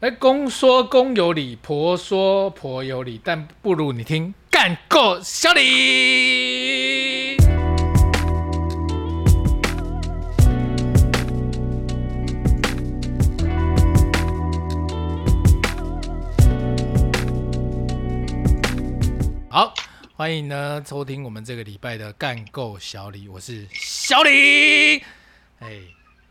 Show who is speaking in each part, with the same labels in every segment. Speaker 1: 哎，公说公有理，婆说婆有理，但不如你听干够小李。好，欢迎呢收听我们这个礼拜的干够小李，我是小李。哎，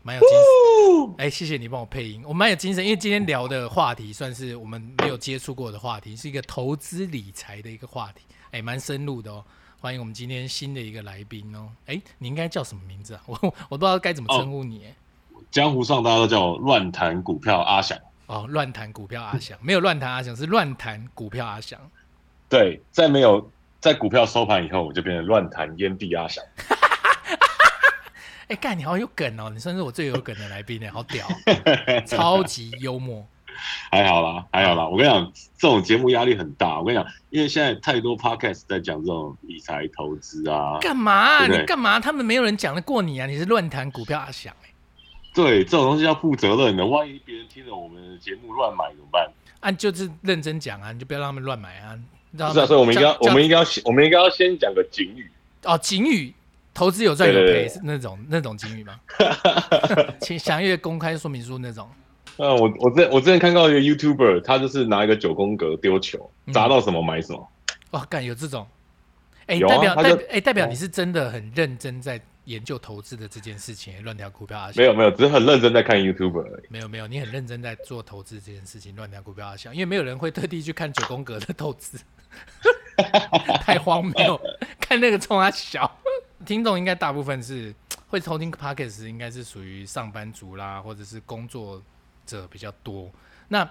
Speaker 1: 蛮有精神。哎，谢谢你帮我配音，我蛮有精神，因为今天聊的话题算是我们没有接触过的话题，是一个投资理财的一个话题，哎，蛮深入的哦。欢迎我们今天新的一个来宾哦，哎，你应该叫什么名字啊？我 我不知道该怎么称呼你。哎
Speaker 2: 江湖上大家都叫我乱弹股票阿翔。
Speaker 1: 哦，乱谈股票阿翔，没有乱谈阿翔，是乱谈股票阿翔。
Speaker 2: 对，在没有在股票收盘以后，我就变成乱弹烟蒂阿翔。
Speaker 1: 哎，干，你好有梗哦，你算是我最有梗的来宾呢，好屌哦，超级幽默。
Speaker 2: 还好啦，还好啦。我跟你讲，这种节目压力很大。我跟你讲，因为现在太多 podcast 在讲这种理财投资啊，
Speaker 1: 干嘛啊、
Speaker 2: 对不对
Speaker 1: 你干嘛？他们没有人讲得过你啊！你是乱谈股票阿翔、哎
Speaker 2: 对，这种东西要负责任的。万一别人听了我们的节目乱买怎么办？
Speaker 1: 啊，就是认真讲啊，你就不要让他们乱买啊。
Speaker 2: 不
Speaker 1: 不
Speaker 2: 是啊，所以我们应该，我们应该要，我们应该要先讲个警语。
Speaker 1: 哦，警语投资有赚有
Speaker 2: 对对
Speaker 1: 赔
Speaker 2: 对
Speaker 1: 是那种那种警语 吗？请详阅公开说明书那种。
Speaker 2: 嗯，我我之我之前看到一个 YouTuber，他就是拿一个九宫格丢球，
Speaker 1: 嗯
Speaker 2: 砸到什么买什么。
Speaker 1: 哇，干有这种，哎、
Speaker 2: 有啊
Speaker 1: 代表
Speaker 2: 他
Speaker 1: 代
Speaker 2: 就
Speaker 1: 哎、代表
Speaker 2: 哦
Speaker 1: 你是真的很认真在研究投资的这件事情，乱聊股票啊阿翔
Speaker 2: 没有没有，只是很认真在看 YouTuber 而已。
Speaker 1: 没有没有，你很认真在做投资这件事情，乱聊股票阿翔，因为没有人会特地去看九宫格的投资， 太荒谬，看那个冲阿小。听众应该大部分是会偷听 podcast，应该是属于上班族啦，或者是工作者比较多。那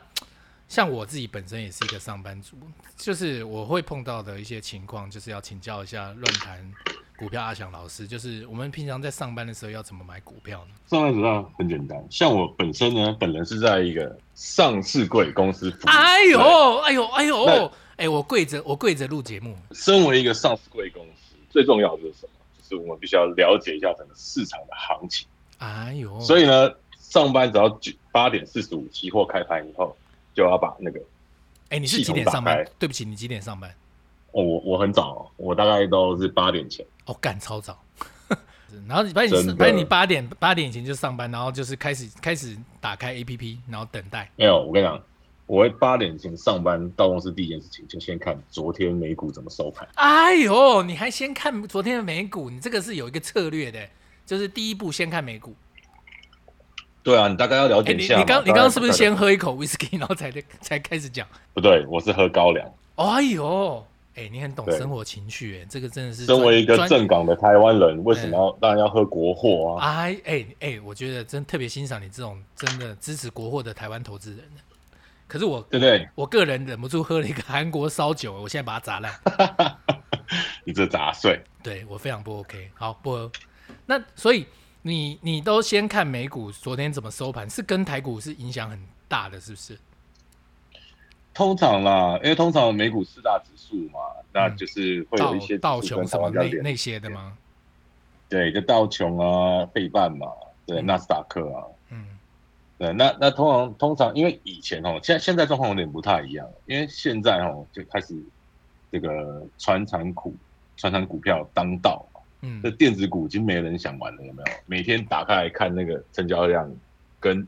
Speaker 1: 像我自己本身也是一个上班族，就是我会碰到的一些情况，就是要请教一下论坛股票阿翔老师，就是我们平常在上班的时候要怎么买股票呢？
Speaker 2: 上班族上很简单，像我本身呢，本人是在一个上市贵公司服务。
Speaker 1: 哎
Speaker 2: 对，
Speaker 1: 呦，哎呦，哎
Speaker 2: 那
Speaker 1: 呦，哎，我跪着，我跪着录节目。
Speaker 2: 身为一个上市贵公司，最重要的是什么？就是我们必须要了解一下整个市场的行情。
Speaker 1: 哎呦，
Speaker 2: 所以呢，上班只要九八点四十五期货开盘以后，就要把那个
Speaker 1: 哎，你是
Speaker 2: 系
Speaker 1: 几
Speaker 2: 统
Speaker 1: 点
Speaker 2: 打
Speaker 1: 上班
Speaker 2: 开？
Speaker 1: 对不起，你几点上班？
Speaker 2: 哦，我我很早、哦，我大概都是八点前。
Speaker 1: 哦，干超早。 然后反正
Speaker 2: 真
Speaker 1: 你
Speaker 2: 的
Speaker 1: 反正你八点八点以前就上班，然后就是开始开始打开 A P P，然后等待。
Speaker 2: 没有，我跟你讲，我会八点前上班到公司第一件事情就先看昨天美股怎么收盘。
Speaker 1: 哎呦，你还先看昨天的美股，你这个是有一个策略的，就是第一步先看美股。
Speaker 2: 对啊，你大概要了
Speaker 1: 哎，
Speaker 2: 解
Speaker 1: 你
Speaker 2: 一
Speaker 1: 你
Speaker 2: 下嘛。
Speaker 1: 刚你
Speaker 2: 大概
Speaker 1: 刚刚是不是
Speaker 2: 大概
Speaker 1: 先喝一口 whisky，然后才才开始讲？
Speaker 2: 不对？我是喝高粱。
Speaker 1: 哎呦，哎，你很懂
Speaker 2: 对
Speaker 1: 生活情趣，哎，这个真的是哎
Speaker 2: 身为一个
Speaker 1: 专专
Speaker 2: 正港的台湾人，为什么要当然要喝国货啊？
Speaker 1: 哎哎哎、我觉得真特别欣赏你这种真的支持国货的台湾投资人。可是我
Speaker 2: 对不对？
Speaker 1: 我个人忍不住喝了一个韩国烧酒，我现在把它砸烂，
Speaker 2: 你这杂碎，
Speaker 1: 对我非常不 OK。好，不喝。那所以你你都先看美股昨天怎么收盘，是跟台股是影响很大的，是不是？
Speaker 2: 通常啦，因为通常美股四大指数嘛，那就是会有
Speaker 1: 道
Speaker 2: 一些
Speaker 1: 嗯道
Speaker 2: 指数跟
Speaker 1: 琼什
Speaker 2: 台
Speaker 1: 么
Speaker 2: 湾比较
Speaker 1: 那
Speaker 2: 联
Speaker 1: 那些的吗？
Speaker 2: 对，就道琼啊、费半嘛，对，
Speaker 1: 嗯
Speaker 2: 纳斯达克啊，
Speaker 1: 嗯，
Speaker 2: 对，那那通常通常因为以前哦，现在现在状况有点不太一样，因为现在哦就开始这个传产股、传产股票当道嘛，
Speaker 1: 嗯
Speaker 2: 这，电子股已经没人想玩了，有没有？每天打开来看那个成交量，跟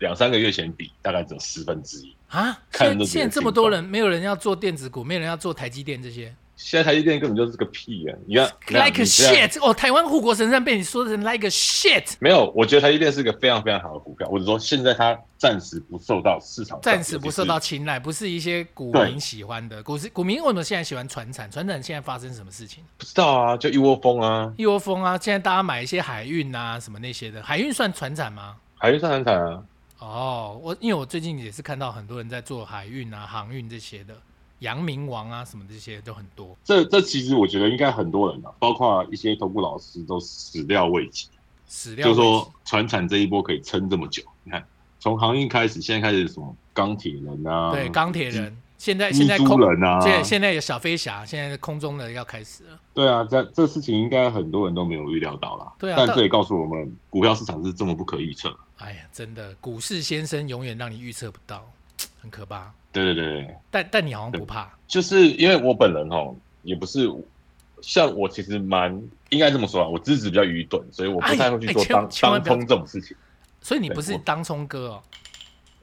Speaker 2: 两三个月前比，大概只有十分之一。
Speaker 1: 啊，
Speaker 2: 看
Speaker 1: 现
Speaker 2: 都
Speaker 1: 在
Speaker 2: 觉
Speaker 1: 现在
Speaker 2: 得
Speaker 1: 这
Speaker 2: 心
Speaker 1: 么多
Speaker 2: 烦
Speaker 1: 人，没有人要做电子股，没有人要做台积电这些。
Speaker 2: 现在台积电根本就是个屁啊！你看
Speaker 1: Like a。
Speaker 2: 你看你现在
Speaker 1: shit！哦，台湾护国神山被你说成 like a shit，
Speaker 2: 没有，我觉得台积电是个非常非常好的股票，或者说现在它暂时不受到市场上，
Speaker 1: 暂时不受到青睐，不是一些股民
Speaker 2: 对
Speaker 1: 喜欢的。股市股民为什么现在喜欢船产？船产现在发生什么事情？
Speaker 2: 不知道啊，就一窝蜂啊，
Speaker 1: 一窝蜂啊！现在大家买一些海运啊，什么那些的，海运算船产吗？
Speaker 2: 海运上很惨啊，
Speaker 1: 哦，我因为我最近也是看到很多人在做海运啊、航运这些的，阳明王啊什么这些都很多。
Speaker 2: 这这其实我觉得应该很多人啊，包括一些投顾老师都始料未及，
Speaker 1: 史料
Speaker 2: 就
Speaker 1: 为止
Speaker 2: 说船产这一波可以撑这么久，你看从航运开始，现在开始什么钢铁人啊，
Speaker 1: 对钢铁人，现在
Speaker 2: 蜘
Speaker 1: 现在
Speaker 2: 蛛
Speaker 1: 空，
Speaker 2: 人啊，
Speaker 1: 对现在有小飞侠，现在空中的要开始了。
Speaker 2: 对啊，这这事情应该很多人都没有预料到啦。
Speaker 1: 对啊
Speaker 2: 但
Speaker 1: 但
Speaker 2: 这也告诉我们，股票市场是这么不可预测。
Speaker 1: 哎呀，真的，股市先生永远让你预测不到。很可怕。
Speaker 2: 对对对对，
Speaker 1: 但但你好像不怕，
Speaker 2: 就是因为我本人哦，也不是像我其实蛮应该这么说啊，我资质比较愚钝，所以我不太会去做
Speaker 1: 哎哎千
Speaker 2: 当、
Speaker 1: 千万
Speaker 2: 当
Speaker 1: 不要
Speaker 2: 冲这种事情。
Speaker 1: 所以你不是
Speaker 2: 对我
Speaker 1: 当冲哥哦。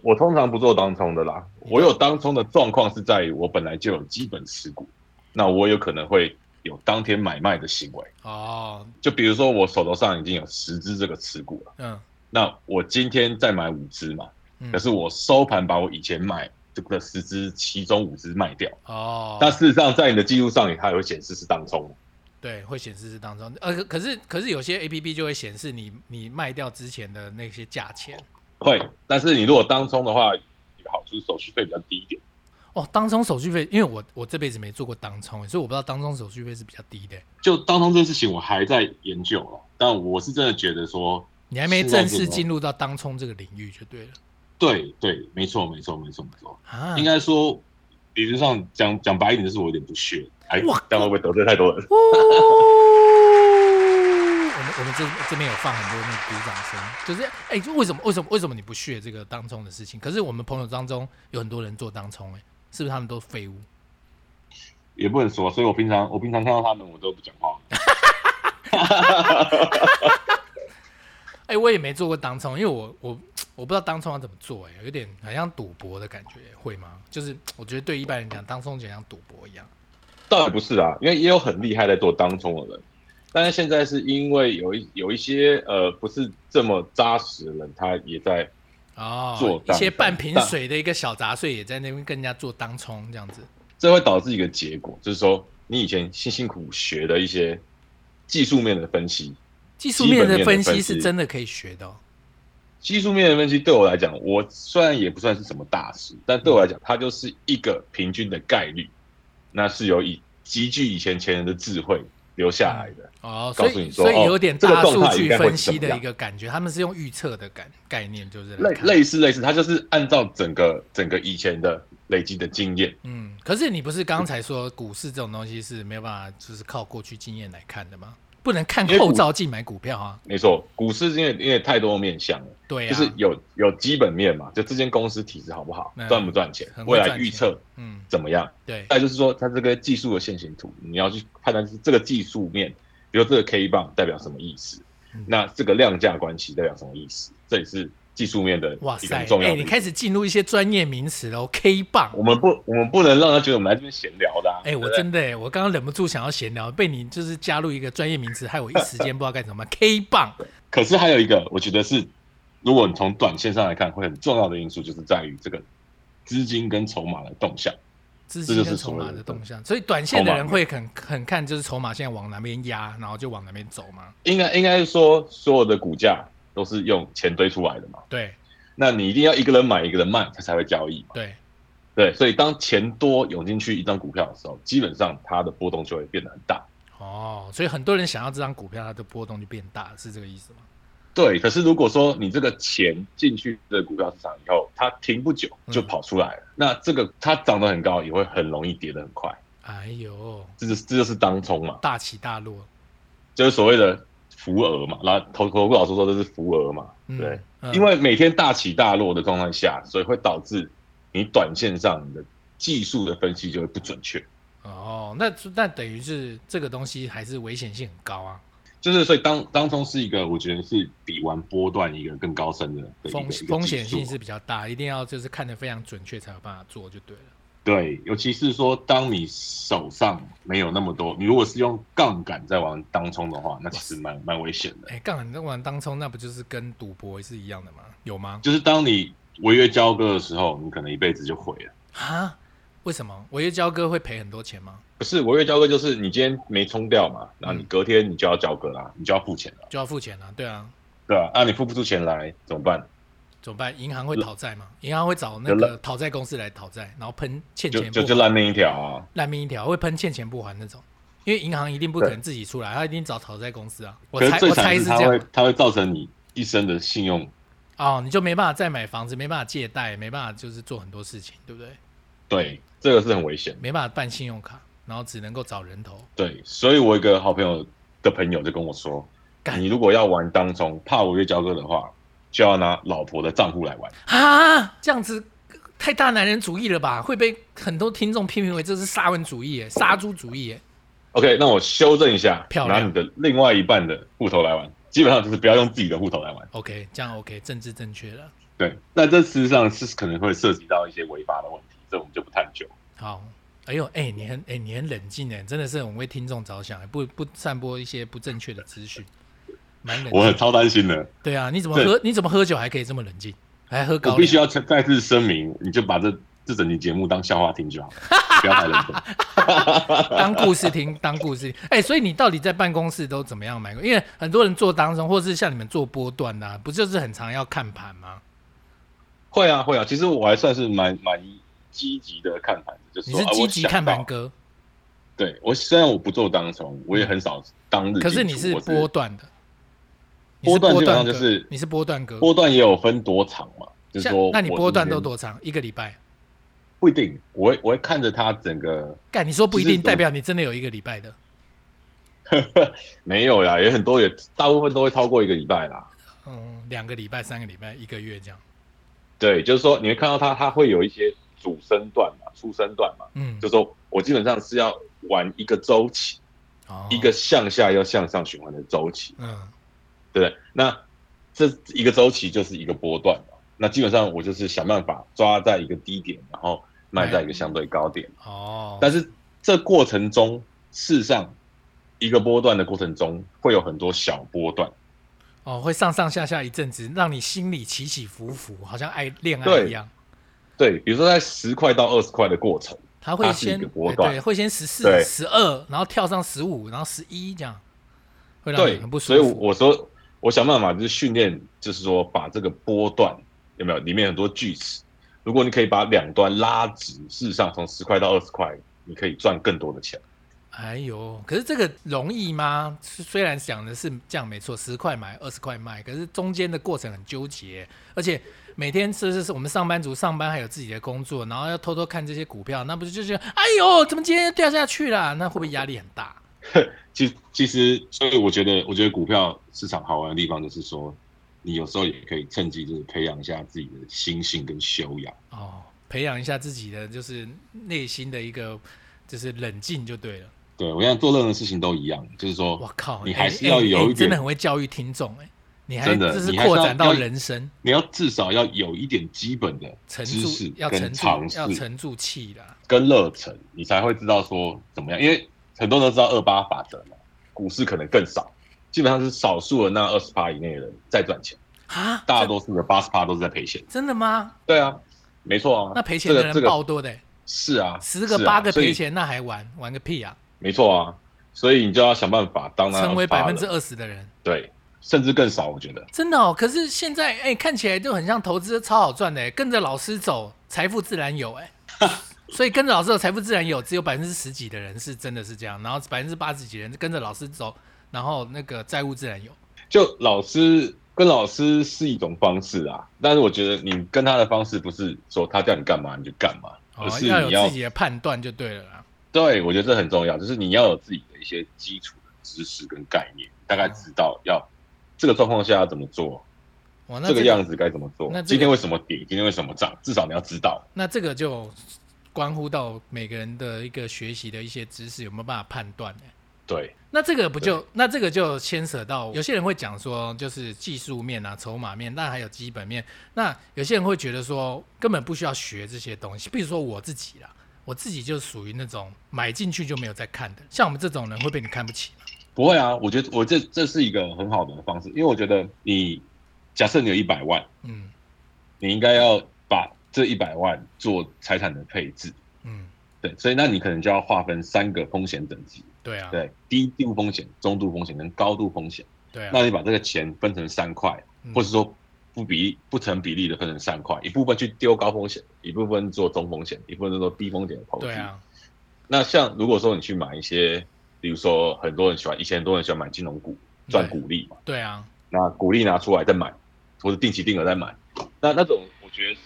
Speaker 2: 我通常不做当冲的啦，
Speaker 1: 嗯
Speaker 2: 我有当冲的状况是在于我本来就有基本持股，那我有可能会有当天买卖的行为。
Speaker 1: 哦，
Speaker 2: 就比如说我手头上已经有十只这个持股了，
Speaker 1: 嗯
Speaker 2: 那我今天再买五只嘛，
Speaker 1: 嗯
Speaker 2: 可，是我收盘把我以前买这个十只其中五只卖掉，
Speaker 1: 哦，
Speaker 2: 但事实上在你的记录上它也会显示是当冲。
Speaker 1: 对，会显示是当中，呃，可可是可是有些 A P P 就会显示你你卖掉之前的那些价钱
Speaker 2: 会，但是你如果当冲的话，有个好处是手续费比较低一点。
Speaker 1: 哦。当冲手续费，因为我我这辈子没做过当冲，所以我不知道当冲手续费是比较低的。
Speaker 2: 就当冲这件事情，我还在研究了，但我是真的觉得说，
Speaker 1: 你还没
Speaker 2: 现在
Speaker 1: 正
Speaker 2: 这
Speaker 1: 式
Speaker 2: 种
Speaker 1: 进入到当冲这个领域就对了
Speaker 2: 对对，没错没错没错没错，
Speaker 1: 啊。
Speaker 2: 应该说，理论上讲讲白一点，就是我有点不屑。哎
Speaker 1: 哇，
Speaker 2: 这样会不会得罪太多 人？
Speaker 1: 哦，我们我们这这边有放很多那个鼓掌声，就是哎、就为什么为什么为什么你不屑这个当冲的事情？可是我们朋友当中有很多人做当冲，哎，是不是他们都废物？
Speaker 2: 也不能说，所以我平常我平常看到他们，我都不讲话。
Speaker 1: 哎、我也没做过当冲，因为我我我不知道当冲要怎么做、哎，有点好像赌博的感觉，会吗？就是我觉得对一般人讲，当冲就像赌博一样。
Speaker 2: 倒也不是啊，因为也有很厉害在做当冲的人，但是现在是因为有一有一些呃不是这么扎实的人，他也在做
Speaker 1: 哦，一
Speaker 2: 当
Speaker 1: 些
Speaker 2: 冲
Speaker 1: 半瓶
Speaker 2: 当
Speaker 1: 水的一个小杂碎，也在那边跟人家做当冲这样子。
Speaker 2: 这会导致一个结果，就是说你以前辛辛苦苦学的一些技术面的分析，
Speaker 1: 技术面的
Speaker 2: 基本面的
Speaker 1: 分析
Speaker 2: 分析
Speaker 1: 是真的可以学的、哦，
Speaker 2: 技术面的分析对我来讲，我虽然也不算是什么大师，但对我来讲，它就是一个平均的概率，那是由以极具以前前人的智慧留下来的。
Speaker 1: 哦，
Speaker 2: 告
Speaker 1: 所
Speaker 2: 诉
Speaker 1: 以
Speaker 2: 你说
Speaker 1: 所以
Speaker 2: 哦
Speaker 1: 有点
Speaker 2: 这个
Speaker 1: 大
Speaker 2: 状
Speaker 1: 数
Speaker 2: 态应
Speaker 1: 据
Speaker 2: 该会
Speaker 1: 分
Speaker 2: 是怎
Speaker 1: 析
Speaker 2: 么
Speaker 1: 的
Speaker 2: 样
Speaker 1: 一个感觉，他们是用预测的感概念，就是来
Speaker 2: 类
Speaker 1: 看
Speaker 2: 类似类似，它就是按照整个整个以前的累积的经验。
Speaker 1: 嗯。可是你不是刚才说股市这种东西是没有办法，就是靠过去经验来看的吗？不能看
Speaker 2: 因为股
Speaker 1: 后照镜买股票啊，
Speaker 2: 没错，股市因为因为太多面向了，
Speaker 1: 对啊，
Speaker 2: 就是有有基本面嘛，就这间公司体质好不好
Speaker 1: 嗯，
Speaker 2: 赚不啊赚钱，
Speaker 1: 很会
Speaker 2: 未来
Speaker 1: 赚
Speaker 2: 预
Speaker 1: 钱
Speaker 2: 测
Speaker 1: 嗯，
Speaker 2: 怎么样。
Speaker 1: 对，
Speaker 2: 再就是说，它这个技术的线形图，你要去判断是这个技术面，比如这个 K 棒代表什么意思，
Speaker 1: 嗯
Speaker 2: 那这个量价关系代表什么意思，这也是技术面的
Speaker 1: 哇
Speaker 2: 一个
Speaker 1: 塞，
Speaker 2: 很重要
Speaker 1: 哎，
Speaker 2: 的
Speaker 1: 你
Speaker 2: 一个。
Speaker 1: 开始进入一些专业名词喽，K 棒。
Speaker 2: 我们不，我们不能让他觉得我们来这边闲聊的、啊。
Speaker 1: 哎、我
Speaker 2: 对不对
Speaker 1: 真的、哎，我刚刚忍不住想要闲聊，被你就是加入一个专业名词，害我一时间不知道该怎么办。K 棒，
Speaker 2: 可是还有一个，我觉得是，如果你从短线上来看，会很重要的因素就是在于这个资金跟筹码的动向。
Speaker 1: 资
Speaker 2: 这
Speaker 1: 金
Speaker 2: 就是
Speaker 1: 跟筹
Speaker 2: 所谓
Speaker 1: 码
Speaker 2: 的
Speaker 1: 的动向，所以短线的
Speaker 2: 筹码
Speaker 1: 人会很很看，就是筹码现在往哪边压，然后就往哪边走嘛。
Speaker 2: 应该应该说，所有的股价都是用钱堆出来的嘛，
Speaker 1: 对
Speaker 2: 那你一定要一个人买一个人卖，它才会交易嘛。
Speaker 1: 对，
Speaker 2: 对，所以当钱多涌进去一张股票的时候，基本上它的波动就会变得很大。
Speaker 1: 哦，所以很多人想要这张股票，它的波动就变大，是这个意思吗？
Speaker 2: 对，可是如果说你这个钱进去这个股票市场以后，它停不久就跑出来了，那这个它涨得很高，也会很容易跌得很快。
Speaker 1: 哎呦，
Speaker 2: 这就是这就是当冲嘛，
Speaker 1: 大起大落。
Speaker 2: 就是所谓的浮额嘛。然后投投顾老师说这是浮额嘛，
Speaker 1: 嗯、
Speaker 2: 对，
Speaker 1: 嗯
Speaker 2: 因为每天大起大落的状态下，所以会导致你短线上你的技术的分析就会不准确。
Speaker 1: 哦，那那等于是这个东西还是危险性很高啊，
Speaker 2: 就是所以当当中是一个，我觉得是比玩波段一个更高深的的一个
Speaker 1: 风
Speaker 2: 一个啊
Speaker 1: 风
Speaker 2: 技
Speaker 1: 险性
Speaker 2: 术
Speaker 1: 是比较大，一定要就是看得非常准确才有办法做就对了。
Speaker 2: 对，尤其是说当你手上没有那么多，你如果是用杠杆在玩当冲的话，那其实蛮蛮危险的。
Speaker 1: 哎，杠杆玩当冲，那不就是跟赌博是一样的吗？有吗？
Speaker 2: 就是当你违约交割的时候，你可能一辈子就毁了。
Speaker 1: 啊？为什么违约交割会赔很多钱吗？
Speaker 2: 不是违约交割，就是你今天没冲掉嘛，
Speaker 1: 嗯
Speaker 2: 然后你隔天你就要交割啦，你就要付钱了，
Speaker 1: 就要付钱啊，对啊，
Speaker 2: 对吧、啊？你付不出钱来怎么办？
Speaker 1: 怎么办？银行会讨债吗？银行会找那
Speaker 2: 就
Speaker 1: 个
Speaker 2: 烂
Speaker 1: 讨债公司来讨债，然后喷欠
Speaker 2: 就
Speaker 1: 钱不
Speaker 2: 就就
Speaker 1: 还
Speaker 2: 烂命一条啊！
Speaker 1: 烂命一条，会喷欠钱不还那种。因为银行一定不可能自己出来，他一定找讨债公司啊。我
Speaker 2: 可
Speaker 1: 猜
Speaker 2: 是最
Speaker 1: 我
Speaker 2: 惨
Speaker 1: 猜
Speaker 2: 的
Speaker 1: 是
Speaker 2: 是它
Speaker 1: 这
Speaker 2: 会
Speaker 1: 样
Speaker 2: 它会造成你一生的信用
Speaker 1: 哦，你就没办法再买房子，没办法借贷，没办法就是做很多事情，对不对？
Speaker 2: 对，这个是很危险的。
Speaker 1: 没办法办信用卡，然后只能够找人头。
Speaker 2: 对，所以我有一个好朋友的朋友就跟我说，
Speaker 1: 干
Speaker 2: 你如果要玩当冲，怕违约交割的话，就要拿老婆的账户来玩。
Speaker 1: 啊，这样子太大男人主义了吧？会被很多听众批评为这是沙文主义耶、杀猪主义耶。
Speaker 2: OK，那我修正一下，
Speaker 1: 漂亮
Speaker 2: 拿你的另外一半的户头来玩，基本上就是不要用自己的户头来玩。
Speaker 1: OK，这样 OK，政治正确了。
Speaker 2: 对，那这事实上是可能会涉及到一些违法的问题，这我们就不探究。
Speaker 1: 好，哎呦，哎、你很哎、你很冷静哎，真的是很为听众着想，哎不不散播一些不正确的资讯，蛮冷
Speaker 2: 我很
Speaker 1: 静。
Speaker 2: 超担心的，
Speaker 1: 对啊，你怎么
Speaker 2: 对
Speaker 1: 喝你怎么喝酒还可以这么冷静，还喝高
Speaker 2: 我
Speaker 1: 粱？
Speaker 2: 必须要再次声明，你就把这这整期节目当笑话听就好，不要太认真。
Speaker 1: 当故事听，当故事听。哎、所以你到底在办公室都怎么样买股？因为很多人做当中，或是像你们做波段呐、不就是很常要看盘吗？
Speaker 2: 会啊会啊，其实我还算是蛮蛮积极的看盘的，就是
Speaker 1: 你
Speaker 2: 说
Speaker 1: 是
Speaker 2: 啊
Speaker 1: 积极
Speaker 2: 我想
Speaker 1: 看
Speaker 2: 到
Speaker 1: 盘哥，
Speaker 2: 对我虽然我不做当冲，我也很少当日
Speaker 1: 嗯
Speaker 2: 进出。
Speaker 1: 可是你是
Speaker 2: 我
Speaker 1: 波段的，你
Speaker 2: 波段基本上
Speaker 1: 哥
Speaker 2: 就是
Speaker 1: 你是波段哥。
Speaker 2: 波段也有分多长嘛，就是
Speaker 1: 像
Speaker 2: 说
Speaker 1: 那你
Speaker 2: 我
Speaker 1: 波段
Speaker 2: 今
Speaker 1: 都
Speaker 2: 天
Speaker 1: 多长？一个礼拜？
Speaker 2: 不一定，我会我会看着它整个
Speaker 1: 干，你说不一
Speaker 2: 就是
Speaker 1: 定，代
Speaker 2: 我
Speaker 1: 表你真的有一个礼拜的。
Speaker 2: 没有啦，也很多也大部分都会超过一个礼拜啦。
Speaker 1: 嗯，两个礼拜、三个礼拜、一个月这样。
Speaker 2: 对，就是说你会看到它，它会有一些主升段嘛、初升段嘛，
Speaker 1: 嗯，
Speaker 2: 就是说我基本上是要玩一个周期，
Speaker 1: 哦
Speaker 2: 一个向下要向上循环的周期，
Speaker 1: 嗯
Speaker 2: 对不对？那这一个周期就是一个波段嘛，那基本上我就是想办法抓在一个低点，然后卖在一个相对高点。
Speaker 1: 哎哦，
Speaker 2: 但是这过程中，事实上一个波段的过程中会有很多小波段，
Speaker 1: 哦会上上下下一阵子，让你心里起起伏伏，好像爱恋爱
Speaker 2: 对
Speaker 1: 一样。
Speaker 2: 对，比如说在十块到二十块的过程，
Speaker 1: 他会
Speaker 2: 它是一
Speaker 1: 先
Speaker 2: 个波
Speaker 1: 哎
Speaker 2: 段
Speaker 1: 对，会先十四、
Speaker 2: 对
Speaker 1: 十二，然后跳上十五，然后十一这样，会让你
Speaker 2: 对
Speaker 1: 很不，舒
Speaker 2: 所以
Speaker 1: 服。
Speaker 2: 我说我想办法就是训练，就是说把这个波段有没有里面很多锯齿，如果你可以把两端拉直，事实上从十块到二十块，你可以赚更多的钱。
Speaker 1: 哎呦，可是这个容易吗？虽虽然讲的是这样没错，十块买二十块卖，可是中间的过程很纠结，而且每天是是是我们上班族上班还有自己的工作，然后要偷偷看这些股票，那不是就是哎呦，怎么今天掉下去了？那会不会压力很大？
Speaker 2: 其其实，所以我觉得，我觉得股票市场好玩的地方就是说，你有时候也可以趁机就是培养一下自己的心性跟修养。
Speaker 1: 哦，培养一下自己的就是内心的一个就是冷静就对了。
Speaker 2: 对我想做任何事情都一样，就是
Speaker 1: 我
Speaker 2: 说
Speaker 1: 靠，
Speaker 2: 你
Speaker 1: 哎
Speaker 2: 还是
Speaker 1: 哎
Speaker 2: 要
Speaker 1: 哎
Speaker 2: 有
Speaker 1: 你
Speaker 2: 一
Speaker 1: 真的
Speaker 2: 点
Speaker 1: 很会教育听众哎、你还
Speaker 2: 真的
Speaker 1: 这是
Speaker 2: 你还是
Speaker 1: 扩
Speaker 2: 要
Speaker 1: 展到
Speaker 2: 要
Speaker 1: 人生，
Speaker 2: 你要至少要有一点基本的
Speaker 1: 沉
Speaker 2: 知识
Speaker 1: 住要
Speaker 2: 跟
Speaker 1: 沉
Speaker 2: 常
Speaker 1: 住要
Speaker 2: 识
Speaker 1: 沉住气啦。
Speaker 2: 跟热忱，你才会知道说怎么样。因为很多人都知道二八法则嘛，股市可能更少，基本上是少数的那二十趴以内的人在赚钱，
Speaker 1: 啊，
Speaker 2: 大多数的八十趴都是在赔钱。
Speaker 1: 真的吗？
Speaker 2: 对啊，没错啊。
Speaker 1: 那赔钱的
Speaker 2: 这
Speaker 1: 人
Speaker 2: 个这
Speaker 1: 爆
Speaker 2: 个
Speaker 1: 多的欸、
Speaker 2: 是啊，
Speaker 1: 十个
Speaker 2: 是啊
Speaker 1: 八个
Speaker 2: 所以
Speaker 1: 赔钱，那还玩玩个屁啊！
Speaker 2: 没错啊，所以你就要想办法当那
Speaker 1: 成为百分之
Speaker 2: 28%
Speaker 1: 二十的人，
Speaker 2: 对，甚至更少，我觉得。
Speaker 1: 真的哦。可是现在哎、看起来就很像投资超好赚的欸、跟着老师走，财富自然有 哎、所以跟着老师走，财富自然有，只有百分之十几的人是真的是这样，然后百分之八十几的人跟着老师走，然后那个债务自然有。
Speaker 2: 就老师跟老师是一种方式啊，但是我觉得你跟他的方式不是说他叫你干嘛你就干嘛，而
Speaker 1: 哦，
Speaker 2: 是
Speaker 1: 要
Speaker 2: 你
Speaker 1: 有自己的判断就对了啦。
Speaker 2: 对我觉得这很重要，就是你要有自己的一些基础的知识跟概念，大概知道要这个状况下要怎么做，
Speaker 1: 哇，哦那
Speaker 2: 这
Speaker 1: 这
Speaker 2: 个
Speaker 1: 个
Speaker 2: 样子该怎么做
Speaker 1: 那这，个
Speaker 2: 今天为什么跌，今天为什么涨，至少你要知道。
Speaker 1: 那这个就关乎到每个人的一个学习的一些知识有没有办法判断、欸
Speaker 2: 对，
Speaker 1: 那这个不就那这个就牵扯到有些人会讲说，就是技术面啊、筹码面，那还有基本面。那有些人会觉得说，根本不需要学这些东西。比如说我自己啦，我自己就属于那种买进去就没有再看的。像我们这种人会被你看不起嘛？
Speaker 2: 不会啊，我觉得我这这是一个很好的方式，因为我觉得你假设你有一百万，
Speaker 1: 嗯
Speaker 2: 你应该要把这一百万做财产的配置。
Speaker 1: 嗯，
Speaker 2: 对，所以那你可能就要划分三个风险等级，
Speaker 1: 对啊，
Speaker 2: 对，低度风险、中度风险跟高度风险。
Speaker 1: 对啊，
Speaker 2: 那你把这个钱分成三块，
Speaker 1: 嗯
Speaker 2: 或是说不比不成比例的分成三块，一部分去丢高风险，一部分做中风险，一部分做低风险的投资。
Speaker 1: 对啊，
Speaker 2: 那像如果说你去买一些，比如说很多人喜欢，以前很多人喜欢买金融股赚
Speaker 1: 对
Speaker 2: 股利嘛，
Speaker 1: 对啊，
Speaker 2: 那股利拿出来再买，或者定期定额再买，那那种我觉得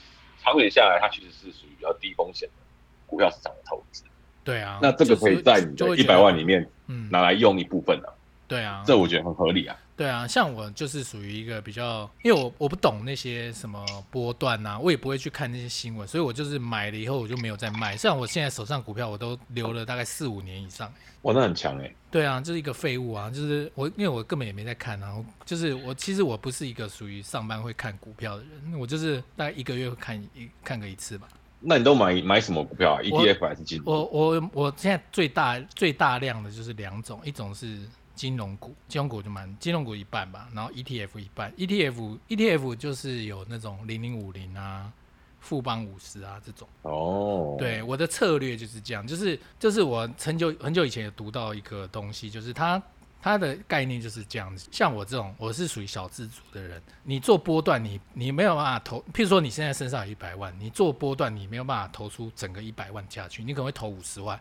Speaker 2: 长远下来，它其实是属于比较低风险的股票市场的投资。
Speaker 1: 对啊。
Speaker 2: 那这
Speaker 1: 就
Speaker 2: 个
Speaker 1: 是
Speaker 2: 可以在你
Speaker 1: 就
Speaker 2: 的
Speaker 1: 会
Speaker 2: 一
Speaker 1: 觉
Speaker 2: 百
Speaker 1: 得
Speaker 2: 万里面
Speaker 1: 嗯，
Speaker 2: 拿来用一部分啊，
Speaker 1: 对啊，
Speaker 2: 这我觉得很合理啊。
Speaker 1: 对啊，像我就是属于一个比较，因为我我不懂那些什么波段啊，我也不会去看那些新闻，所以我就是买了以后我就没有再卖。像我现在手上股票我都留了大概四五年以上。
Speaker 2: 哇，那很强哎、
Speaker 1: 对啊，就是一个废物啊！就是我，因为我根本也没在看啊。我就是我，其实我不是一个属于上班会看股票的人，我就是大概一个月会看一看个一次吧。
Speaker 2: 那你都买买什么股票啊？ETF 还是金？
Speaker 1: 我我我现在最大最大量的就是两种，一种是金融股，金融股就蛮金融股一半吧，然后 ETF 一半，ETF，E ETF 就是有那种零零五零啊、富邦五十啊这种。
Speaker 2: 哦，，
Speaker 1: 对，我的策略就是这样，就是就是我很久很久以前有读到一个东西，就是它它的概念就是这样子。像我这种，我是属于小资族的人，你做波段你，你没有办法投，譬如说你现在身上有一百万，你做波段，你没有办法投出整个一百万下去，你可能会投五十万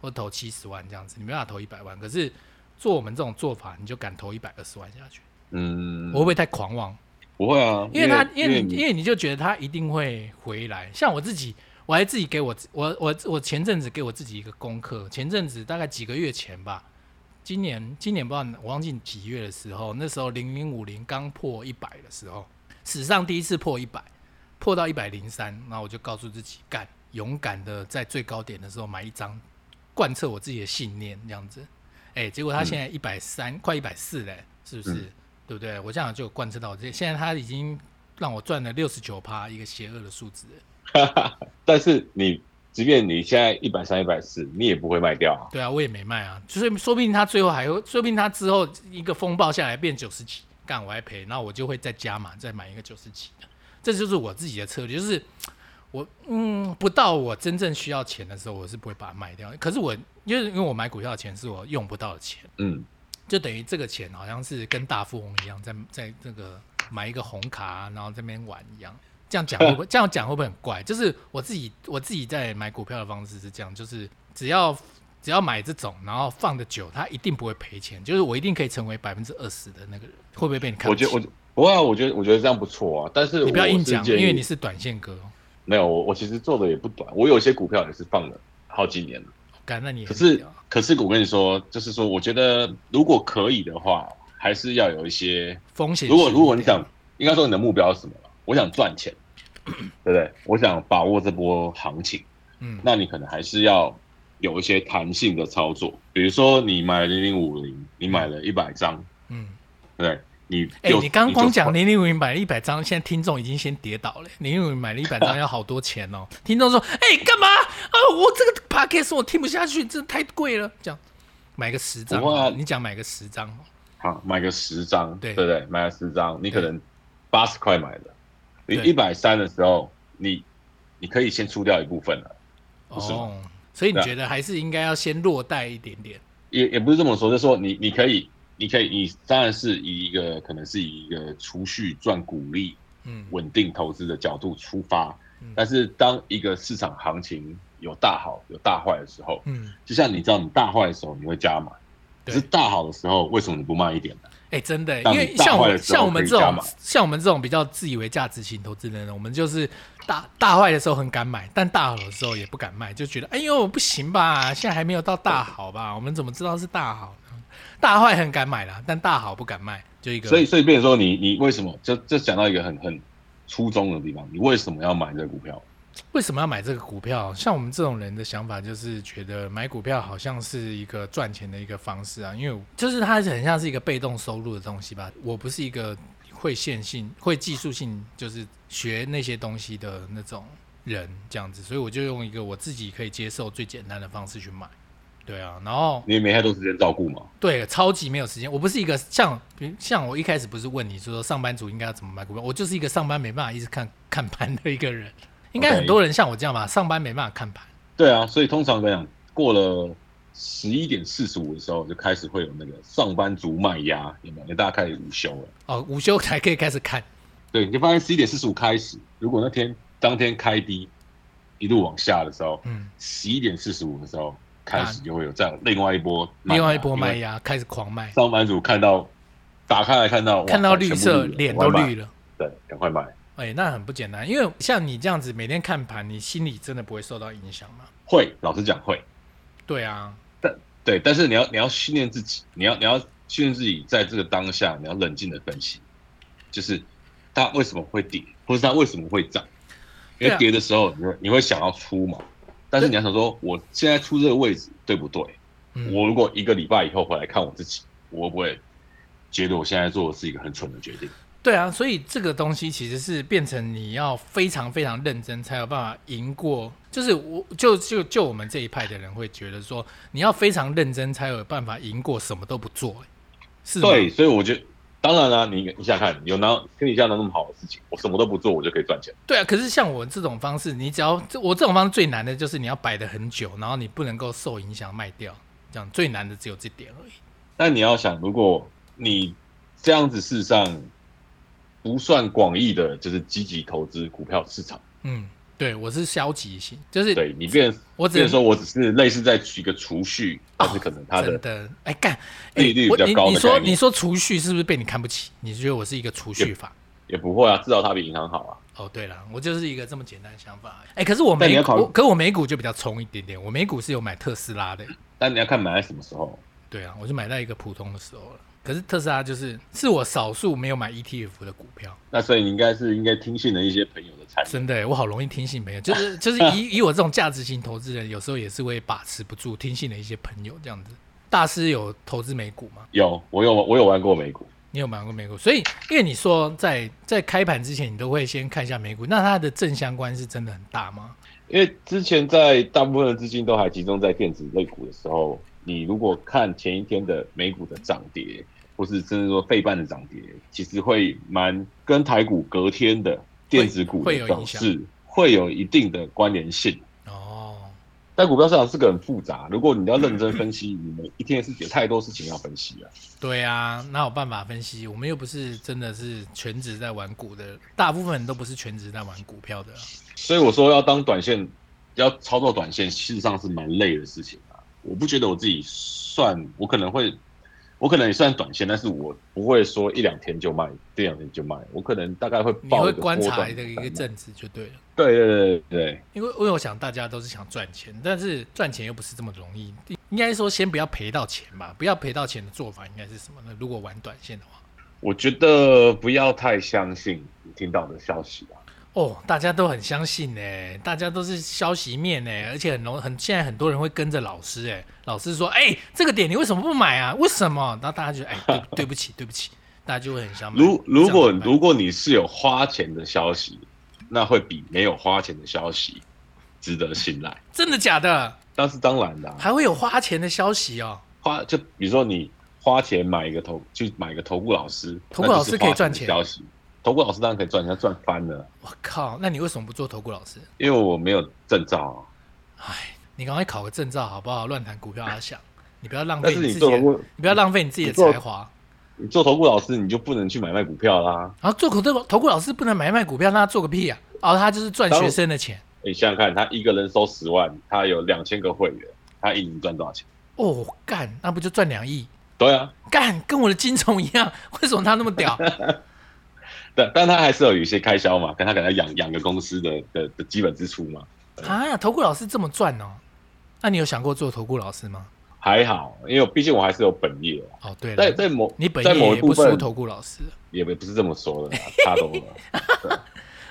Speaker 1: 或投七十万这样子，你没办法投一百万。可是做我们这种做法，你就敢投一百二十万下去，
Speaker 2: 嗯
Speaker 1: 我，会不会太狂妄？
Speaker 2: 不会啊，
Speaker 1: 因为他，因为你，
Speaker 2: 你
Speaker 1: 因为你就觉得他一定会回来。像我自己，我还自己给我自，我我我前阵子给我自己一个功课，前阵子大概几个月前吧，今年今年不知道我忘记几月的时候，那时候零零五零刚破一百的时候，史上第一次破一百，破到一百零三，然后我就告诉自己，干，勇敢的在最高点的时候买一张，贯彻我自己的信念，这样子。哎、结果他现在一百三，快一百四嘞，是不是？
Speaker 2: 嗯
Speaker 1: 对不对？我这样就贯彻到这，现在他已经让我赚了六十九趴，一个邪恶的数字了。
Speaker 2: 但是你即便你现在一百三、一百四，你也不会卖掉啊。
Speaker 1: 对啊，我也没卖啊，所以说不定他最后还会，说不定他之后一个风暴下来变九十几，干我还赔，那我就会再加码，再买一个九十几的。这就是我自己的策略，就是我嗯，不到我真正需要钱的时候，我是不会把它卖掉。可是我因为因为我买股票的钱是我用不到的钱，
Speaker 2: 嗯，
Speaker 1: 就等于这个钱好像是跟大富翁一样，在在这个买一个红卡啊、然后这边玩一样。这样讲会不 会这样讲会不会很怪？就是我自己我自己在买股票的方式是这样，就是只要只要买这种，然后放的久，它一定不会赔钱，就是我一定可以成为百分之二十的那个人，会不会被你看
Speaker 2: 我
Speaker 1: 不起？
Speaker 2: 觉得我不会啊，我觉得我觉得这样不错啊。但是
Speaker 1: 你不要
Speaker 2: 我
Speaker 1: 硬
Speaker 2: 是
Speaker 1: 讲，
Speaker 2: 建
Speaker 1: 因为
Speaker 2: 议
Speaker 1: 你是短线哥哦。
Speaker 2: 没有我，我其实做的也不短，我有些股票也是放了好几年了。
Speaker 1: 干，那你也
Speaker 2: 可
Speaker 1: 很
Speaker 2: 是
Speaker 1: 屌啊，
Speaker 2: 可是我跟你说，就是说，我觉得如果可以的话，还是要有一些。
Speaker 1: 风险是一
Speaker 2: 如果
Speaker 1: 点。
Speaker 2: 如果你想，应该说你的目标是什么？我想赚 钱，对不对？我想把握这波行情，
Speaker 1: 嗯，
Speaker 2: 那你可能还是要有一些弹性的操作。比如说，你买零零五零，你买了一百张，
Speaker 1: 嗯，
Speaker 2: 对不对？你
Speaker 1: 哎、
Speaker 2: 就
Speaker 1: 你刚刚光讲
Speaker 2: 你
Speaker 1: 零零五零买了一百张，现在听众已经先跌倒了。零 零五零买了一百张要好多钱哦。听众说：“哎、干嘛啊？我这个 podcast 我听不下去，真的太贵了。”这样买个十张
Speaker 2: 不会啊
Speaker 1: 好了，你讲买个十张好了，
Speaker 2: 就好买个十张，
Speaker 1: 对
Speaker 2: 不对？买个十张，你可
Speaker 1: 对
Speaker 2: 能八十块买的，你
Speaker 1: 对
Speaker 2: 一百三的时候，你你可以先出掉一部分了。不是吗
Speaker 1: 哦，所以你
Speaker 2: 对啊
Speaker 1: 觉得还是应该要先落袋一点点，
Speaker 2: 也也不是这么说，就是说你你可以，你可以，你当然是以一个可能是以一个储蓄赚股利、
Speaker 1: 嗯，
Speaker 2: 稳定投资的角度出发
Speaker 1: 嗯，
Speaker 2: 但是当一个市场行情有大好有大坏的时候，
Speaker 1: 嗯，
Speaker 2: 就像你知道你大坏的时候你会加码，可
Speaker 1: 对
Speaker 2: 是，大好的时候为什么你不卖一点呢？
Speaker 1: 哎、真的，因
Speaker 2: 当你
Speaker 1: 为
Speaker 2: 大
Speaker 1: 像
Speaker 2: 坏
Speaker 1: 我
Speaker 2: 的时候
Speaker 1: 像我们
Speaker 2: 可以
Speaker 1: 这
Speaker 2: 加
Speaker 1: 种
Speaker 2: 码
Speaker 1: 像我们这种比较自以为价值型投资人，我们就是大大坏的时候很敢买，但大好的时候也不敢卖，就觉得哎呦不行吧，现在还没有到大好吧，我们怎么知道是大好呢？大坏很敢买啦，但大好不敢卖，就一个
Speaker 2: 所以所以变成说你你为什么这这讲到一个很很初衷的地方，你为什么要买这个股票？
Speaker 1: 为什么要买这个股票？像我们这种人的想法就是觉得买股票好像是一个赚钱的一个方式啊，因为就是它很像是一个被动收入的东西吧。我不是一个会线性、会技术性，就是学那些东西的那种人这样子，所以我就用一个我自己可以接受最简单的方式去买。对啊，然后
Speaker 2: 你也没太多时间照顾嘛。
Speaker 1: 对，超级没有时间。我不是一个像比如像我一开始不是问你说上班族应该要怎么买股票，我就是一个上班没办法一直看看盘的一个人。应该
Speaker 2: OK
Speaker 1: 很多人像我这样吧，上班没办法看盘。
Speaker 2: 对啊，所以通常来讲，过了十一点四十五的时候，就开始会有那个上班族卖压，有没有？因为大家开始午休了。
Speaker 1: 哦，午休才可以开始看。
Speaker 2: 对，你就发现十一点四十五开始，如果那天当天开低，一路往下的时候，
Speaker 1: 嗯，
Speaker 2: 十一点四十五的时候开始就会有这样另外一波卖压，
Speaker 1: 另外一波卖
Speaker 2: 因为
Speaker 1: 压开始狂卖，
Speaker 2: 上班族看到打开来看到哇
Speaker 1: 看到绿色
Speaker 2: 全部
Speaker 1: 脸都绿
Speaker 2: 了，
Speaker 1: 了。
Speaker 2: 赶快买对，赶快买。
Speaker 1: 哎、那很不简单，因为像你这样子每天看盘，你心里真的不会受到影响吗？
Speaker 2: 会，老实讲会，
Speaker 1: 对啊，
Speaker 2: 对，但是你要你要训练自己，你要你要训练自己在这个当下，你要冷静的分析，就是它为什么会跌，或是它为什么会涨。
Speaker 1: 对
Speaker 2: 因为
Speaker 1: 啊
Speaker 2: 跌的时候，你会你会想要出嘛，但是你要想说，我现在出这个位置对不对？
Speaker 1: 嗯
Speaker 2: 我如果一个礼拜以后回来看我自己，我会不会觉得我现在做的是一个很蠢的决定？
Speaker 1: 对啊，所以这个东西其实是变成你要非常非常认真，才有办法赢过。就是我就就就我们这一派的人会觉得说，你要非常认真才有办法赢过什么都不做、欸是吗？
Speaker 2: 对，所以我觉得，当然啦、你你想想看，有拿跟你一样拿那么好的事情，我什么都不做，我就可以赚钱。
Speaker 1: 对啊，可是像我这种方式，你只要这我这种方式最难的就是你要摆的很久，然后你不能够受影响卖掉，这样最难的只有这点而已。
Speaker 2: 但你要想，如果你这样子，事实上不算广义的，就是积极投资股票市场。
Speaker 1: 嗯，对我是消极型，就是
Speaker 2: 对你变，
Speaker 1: 我只
Speaker 2: 变
Speaker 1: 能
Speaker 2: 成说我只是类似在取一个储蓄，但是可能它
Speaker 1: 真
Speaker 2: 的
Speaker 1: 的哎干哎
Speaker 2: 利率
Speaker 1: 我
Speaker 2: 比较
Speaker 1: 你
Speaker 2: 高
Speaker 1: 你
Speaker 2: 的
Speaker 1: 说
Speaker 2: 概念
Speaker 1: 你说储蓄是不是被你看不起？你觉得我是一个储蓄法？
Speaker 2: 也不会啊，至少它比银行好啊。
Speaker 1: 哦，对了，我就是一个这么简单的想法。哎，可是我
Speaker 2: 但你
Speaker 1: 美
Speaker 2: 要考虑
Speaker 1: 股，可我美股就比较冲一点点，我美股是有买特斯拉的。
Speaker 2: 但你要看买在什么时候。
Speaker 1: 对啊，我就买到一个普通的时候了。可是特斯拉就是是我少数没有买 ETF 的股票，
Speaker 2: 那所以你应该是应该听信了一些朋友的参与。
Speaker 1: 真的欸耶，我好容易听信朋友，就是就是以以我这种价值型投资人，有时候也是会把持不住听信的一些朋友这样子。大师有投资美股吗？
Speaker 2: 有，我有我有玩过美股，
Speaker 1: 你有买过美股？所以因为你说在在开盘之前，你都会先看一下美股，那它的正相关是真的很大吗？
Speaker 2: 因为之前在大部分的资金都还集中在电子类股的时候，你如果看前一天的美股的涨跌，或是甚至说费半的涨跌，其实会蛮跟台股隔天的电子股
Speaker 1: 会
Speaker 2: 的
Speaker 1: 有影
Speaker 2: 走
Speaker 1: 响
Speaker 2: 势会有一定的关联性。
Speaker 1: 哦，
Speaker 2: 但股票市场是个很复杂，如果你要认真分析，你每一天是有太多事情要分析了、
Speaker 1: 对啊，哪有办法分析？我们又不是真的是全职在玩股的，大部分人都不是全职在玩股票的啊。
Speaker 2: 所以我说要当短线，要操作短线，事实上是蛮累的事情啊。我不觉得我自己算，我可能会，我可能也算短线，但是我不会说一两天就卖，一两天就卖，我可能大概会
Speaker 1: 你
Speaker 2: 报
Speaker 1: 会
Speaker 2: 一个
Speaker 1: 观
Speaker 2: 波
Speaker 1: 察
Speaker 2: 段
Speaker 1: 的一
Speaker 2: 再
Speaker 1: 个
Speaker 2: 卖
Speaker 1: 阵子就对了，
Speaker 2: 对对对对对，
Speaker 1: 因为因为我想大家都是想赚钱，但是赚钱又不是这么容易。应该说先不要赔到钱吧，不要赔到钱的做法应该是什么呢？如果玩短线的话，
Speaker 2: 我觉得不要太相信你听到的消息啊。
Speaker 1: 哦，大家都很相信呢、大家都是消息面呢、而且很容很现在很多人会跟着老师哎、老师说哎、这个点你为什么不买啊？为什么？然后大家就哎、对 对不起对不起，大家就会很想买。
Speaker 2: 如如
Speaker 1: 这样
Speaker 2: 果
Speaker 1: 怎么办
Speaker 2: 如果你是有花钱的消息，那会比没有花钱的消息值得信赖。
Speaker 1: 真的假的，
Speaker 2: 但是当然啦、
Speaker 1: 还会有花钱的消息哦。
Speaker 2: 花就比如说你花钱买一个投去买一个投顾老师，
Speaker 1: 投顾老师
Speaker 2: 那就是花
Speaker 1: 可以赚钱
Speaker 2: 的消息，投顾老师当然可以赚钱，他赚翻了，
Speaker 1: 我靠，那你为什么不做投顾老师？
Speaker 2: 因为我没有证照啊。
Speaker 1: 哎，你赶快考个证照好不好？乱谈股票阿想，你不要浪
Speaker 2: 但
Speaker 1: 费
Speaker 2: 是
Speaker 1: 你
Speaker 2: 你
Speaker 1: 自己
Speaker 2: 做
Speaker 1: 的，
Speaker 2: 投顾，
Speaker 1: 你不要浪费你自己的
Speaker 2: 你做
Speaker 1: 才华。
Speaker 2: 你做投顾老师，你就不能去买卖股票啦。
Speaker 1: 然后做投顾投顾老师不能买卖股票，那他做个屁啊！哦，他就是赚
Speaker 2: 当
Speaker 1: 学
Speaker 2: 然
Speaker 1: 生的钱。
Speaker 2: 你想想看，他一个人收十万，他有两千个会员，他一年赚多少钱？
Speaker 1: 哦，干，那不就赚两亿？
Speaker 2: 对啊，
Speaker 1: 干，跟我的金虫一样，为什么他那么屌？
Speaker 2: 但但他还是有一些开销嘛，跟他可能要养养个公司的的的基本支出嘛，
Speaker 1: 啊，投顾老师这么赚哦？那你有想过做投顾老师吗？
Speaker 2: 还好，因为我毕竟我还是有本业哦，
Speaker 1: 哦，对
Speaker 2: 在
Speaker 1: 了，
Speaker 2: 在某
Speaker 1: 你本
Speaker 2: 在某
Speaker 1: 业
Speaker 2: 一
Speaker 1: 也
Speaker 2: 部
Speaker 1: 不输
Speaker 2: 分
Speaker 1: 投顾老师。
Speaker 2: 也不是这么说的啦，差多了。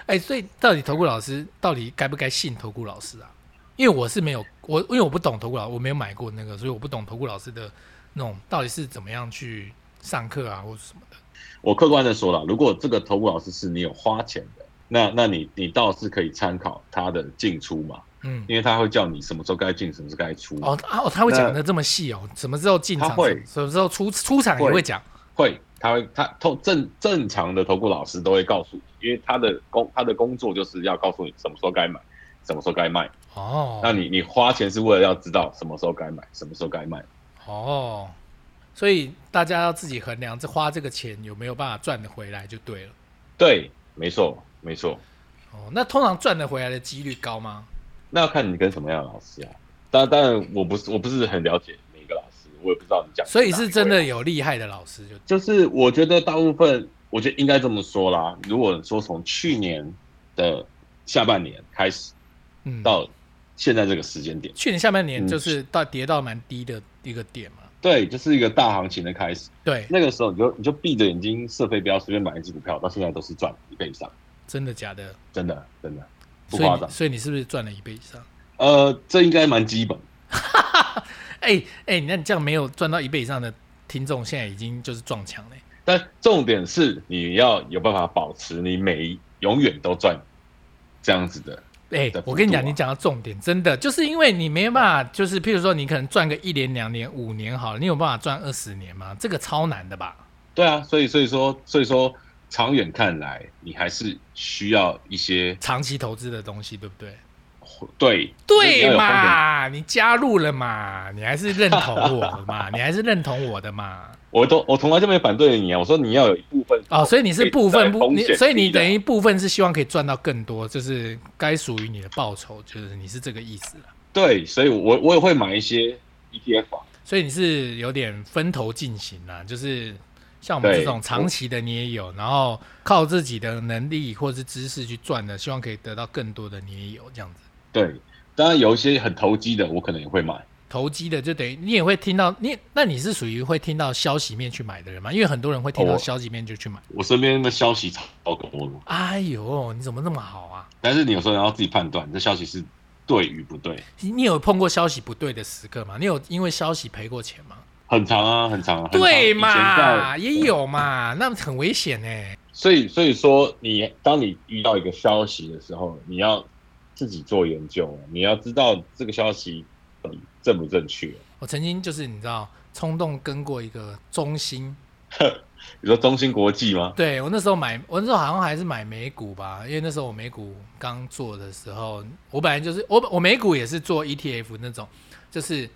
Speaker 1: 哎，所以到底投顾老师到底该不该信投顾老师啊？因为我是没有我，因为我不懂投顾老，我没有买过那个，所以我不懂投顾老师的那种到底是怎么样去上课啊，或者什么的。
Speaker 2: 我客观的说了，如果这个投顾老师是你有花钱的，那那你你倒是可以参考他的进出嘛，
Speaker 1: 嗯，
Speaker 2: 因为他会叫你什么时候该进，什么时候该出。
Speaker 1: 哦，他哦，他会讲的这么细哦，什么时候进场
Speaker 2: 他会，
Speaker 1: 什么时候出出场也
Speaker 2: 会
Speaker 1: 会讲。
Speaker 2: 会，他会他投正正常的投顾老师都会告诉你，因为他的工他的工作就是要告诉你什么时候该买，什么时候该卖。
Speaker 1: 哦，
Speaker 2: 那你你花钱是为了要知道什么时候该买，什么时候该卖。
Speaker 1: 哦，所以大家要自己衡量，这花这个钱有没有办法赚得回来就对了。
Speaker 2: 对，没错，没错。
Speaker 1: 哦，那通常赚得回来的几率高吗？
Speaker 2: 那要看你跟什么样的老师啊。当当然，我不是我不是很了解每一个老师，我也不知道你讲。
Speaker 1: 所以是真的有厉害的老师就，
Speaker 2: 就是我觉得大部分，我觉得应该这么说啦。如果说从去年的下半年开始
Speaker 1: 嗯，
Speaker 2: 到现在这个时间点，
Speaker 1: 去年下半年就是到跌到蛮低的一个点嘛。
Speaker 2: 对，就是一个大行情的开始。
Speaker 1: 对，
Speaker 2: 那个时候你就你就闭着眼睛射飞镖，随便买一只股票，到现在都是赚一倍以上，
Speaker 1: 真的假的？
Speaker 2: 真的真的不
Speaker 1: 所以
Speaker 2: 夸
Speaker 1: 你
Speaker 2: 张。
Speaker 1: 所以你是不是赚了一倍以上？
Speaker 2: 呃，这应该蛮基本。
Speaker 1: 哎、哎、那你这样没有赚到一倍以上的听众，现在已经就是撞墙嘞、
Speaker 2: 但重点是你要有办法保持你每一永远都赚这样子的，
Speaker 1: 哎、
Speaker 2: 的
Speaker 1: 我跟你
Speaker 2: 幅度
Speaker 1: 讲，
Speaker 2: 啊
Speaker 1: 你讲到重点，真的就是因为你没办法，就是譬如说你可能赚个一年、两年、五年好了，你有办法赚二十年吗？这个超难的吧？
Speaker 2: 对啊，所以所以说所以说长远看来，你还是需要一些
Speaker 1: 长期投资的东西，对不对？
Speaker 2: 对你要
Speaker 1: 对
Speaker 2: 有风险
Speaker 1: 嘛，你加入了嘛，你还是认同我的嘛， 你还是认同我的嘛。
Speaker 2: 我都我从来就没反对你啊，我说你要有一部分
Speaker 1: 哦，所以你是部分不，
Speaker 2: 风
Speaker 1: 你
Speaker 2: 险低的
Speaker 1: 所以你等于部分是希望可以赚到更多，就是该属于你的报酬，就是你是这个意思了。
Speaker 2: 对，所以我我也会买一些 ETF 啊，
Speaker 1: 所以你是有点分头进行啦，就是像我们
Speaker 2: 对
Speaker 1: 这种长期的你也有，然后靠自己的能力或是知识去赚的，希望可以得到更多的你也有这样子。
Speaker 2: 对，当然有一些很投机的，我可能也会买。
Speaker 1: 投机的就等于你也会听到你，那你是属于会听到消息面去买的人吗？因为很多人会听到
Speaker 2: 哦
Speaker 1: 消息面就去买。
Speaker 2: 我身边的消息超多的，
Speaker 1: 哎呦，你怎么那么好啊？
Speaker 2: 但是你有时候要自己判断这消息是对与不对，
Speaker 1: 你有碰过消息不对的时刻吗？你有因为消息赔过钱吗？
Speaker 2: 很长啊，很长啊，很长
Speaker 1: 对
Speaker 2: 以前
Speaker 1: 嘛，
Speaker 2: 在
Speaker 1: 也有嘛，那很危险呢、欸
Speaker 2: 所以，所以说你，当你遇到一个消息的时候，你要自己做研究，啊你要知道这个消息嗯正不正确。
Speaker 1: 我曾经就是你知道，冲动跟过一个中心，
Speaker 2: 你说中芯国际吗？
Speaker 1: 对我那时候买，我那时候好像还是买美股吧，因为那时候我美股刚做的时候，我本来就是我我美股也是做 ETF 那种，就是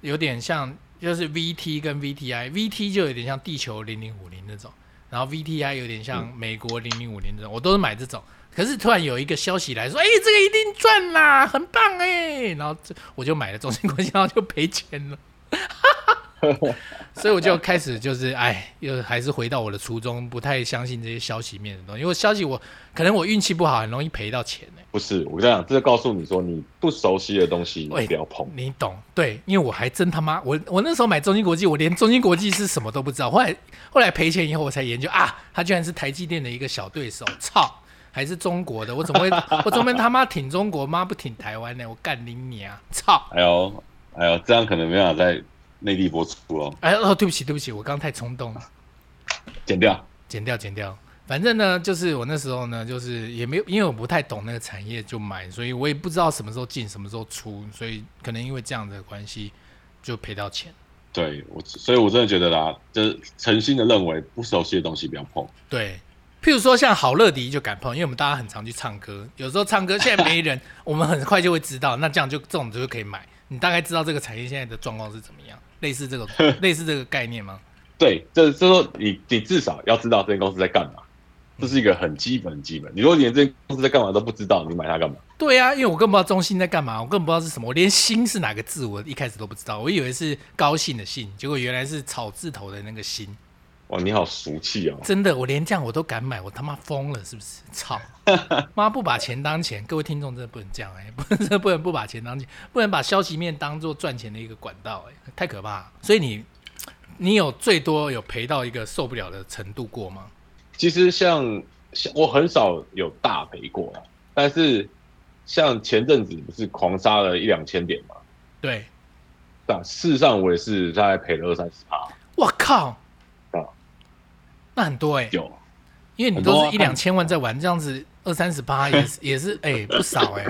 Speaker 1: 有点像就是 VT 跟 VTI，VT 就有点像地球零零五零那种，然后 VTI 有点像美国零零五零那种，我都是买这种。可是突然有一个消息来说，哎、这个一定赚啦，很棒哎、然后这我就买了中芯国际，然后就赔钱了。所以我就开始就是哎，又还是回到我的初衷，不太相信这些消息面的东西。因为消息我可能我运气不好，很容易赔到钱欸呢、
Speaker 2: 不是，我跟你讲，这就告诉你说，你不熟悉的东西你
Speaker 1: 喂
Speaker 2: 不要碰。
Speaker 1: 你懂？对，因为我还真他妈，我我那时候买中芯国际，我连中芯国际是什么都不知道。后来后来赔钱以后，我才研究啊，它居然是台积电的一个小对手，操，还是中国的，我怎么会我怎么会他妈挺中国，妈不挺台湾呢？我干你你啊，操！
Speaker 2: 哎呦，哎呦，这样可能没办法在内地播出哦，
Speaker 1: 哎哦，对不起对不起，我刚刚太冲动了。
Speaker 2: 剪掉。
Speaker 1: 剪掉，剪掉。反正呢，就是我那时候呢，就是也没有，因为我不太懂那个产业，就买，所以我也不知道什么时候进，什么时候出，所以可能因为这样的关系，就赔到钱。
Speaker 2: 对我，所以我真的觉得啦，就是诚心的认为，不熟悉的东西不要碰。
Speaker 1: 对，譬如说像好乐迪就敢碰，因为我们大家很常去唱歌，有时候唱歌现在没人，我们很快就会知道，那这样就这种就可以买，你大概知道这个产业现在的状况是怎么样，类似这种类似这个概念吗？
Speaker 2: 对，这这说你你至少要知道这间公司在干嘛，这是一个很基本很基本。你如果连这间公司在干嘛都不知道，你买它干嘛？
Speaker 1: 对啊，因为我根本不知道中信在干嘛，我根本不知道是什么，我连“兴”是哪个字，我一开始都不知道，我以为是高兴的“兴”，结果原来是草字头的那个“兴
Speaker 2: 哇，你好俗气哦”。！
Speaker 1: 真的，我连这样我都敢买，我他妈疯了是不是？操！妈不把钱当钱，各位听众真的不能这样哎、 不能真的不能不把钱当钱，不能把消息面当做赚钱的一个管道哎、太可怕了。所以你你有最多有赔到一个受不了的程度过吗？
Speaker 2: 其实像像我很少有大赔过啊，但是像前阵子不是狂杀了一两千点嘛？
Speaker 1: 对，
Speaker 2: 但事实上我也是大概赔了二三十趴，
Speaker 1: 我靠
Speaker 2: 哦，
Speaker 1: 那很多哎、
Speaker 2: 有
Speaker 1: 因为你都
Speaker 2: 很多
Speaker 1: 是
Speaker 2: 啊
Speaker 1: 一两千万在玩，这样子二三十 八也是也是哎、不少哎、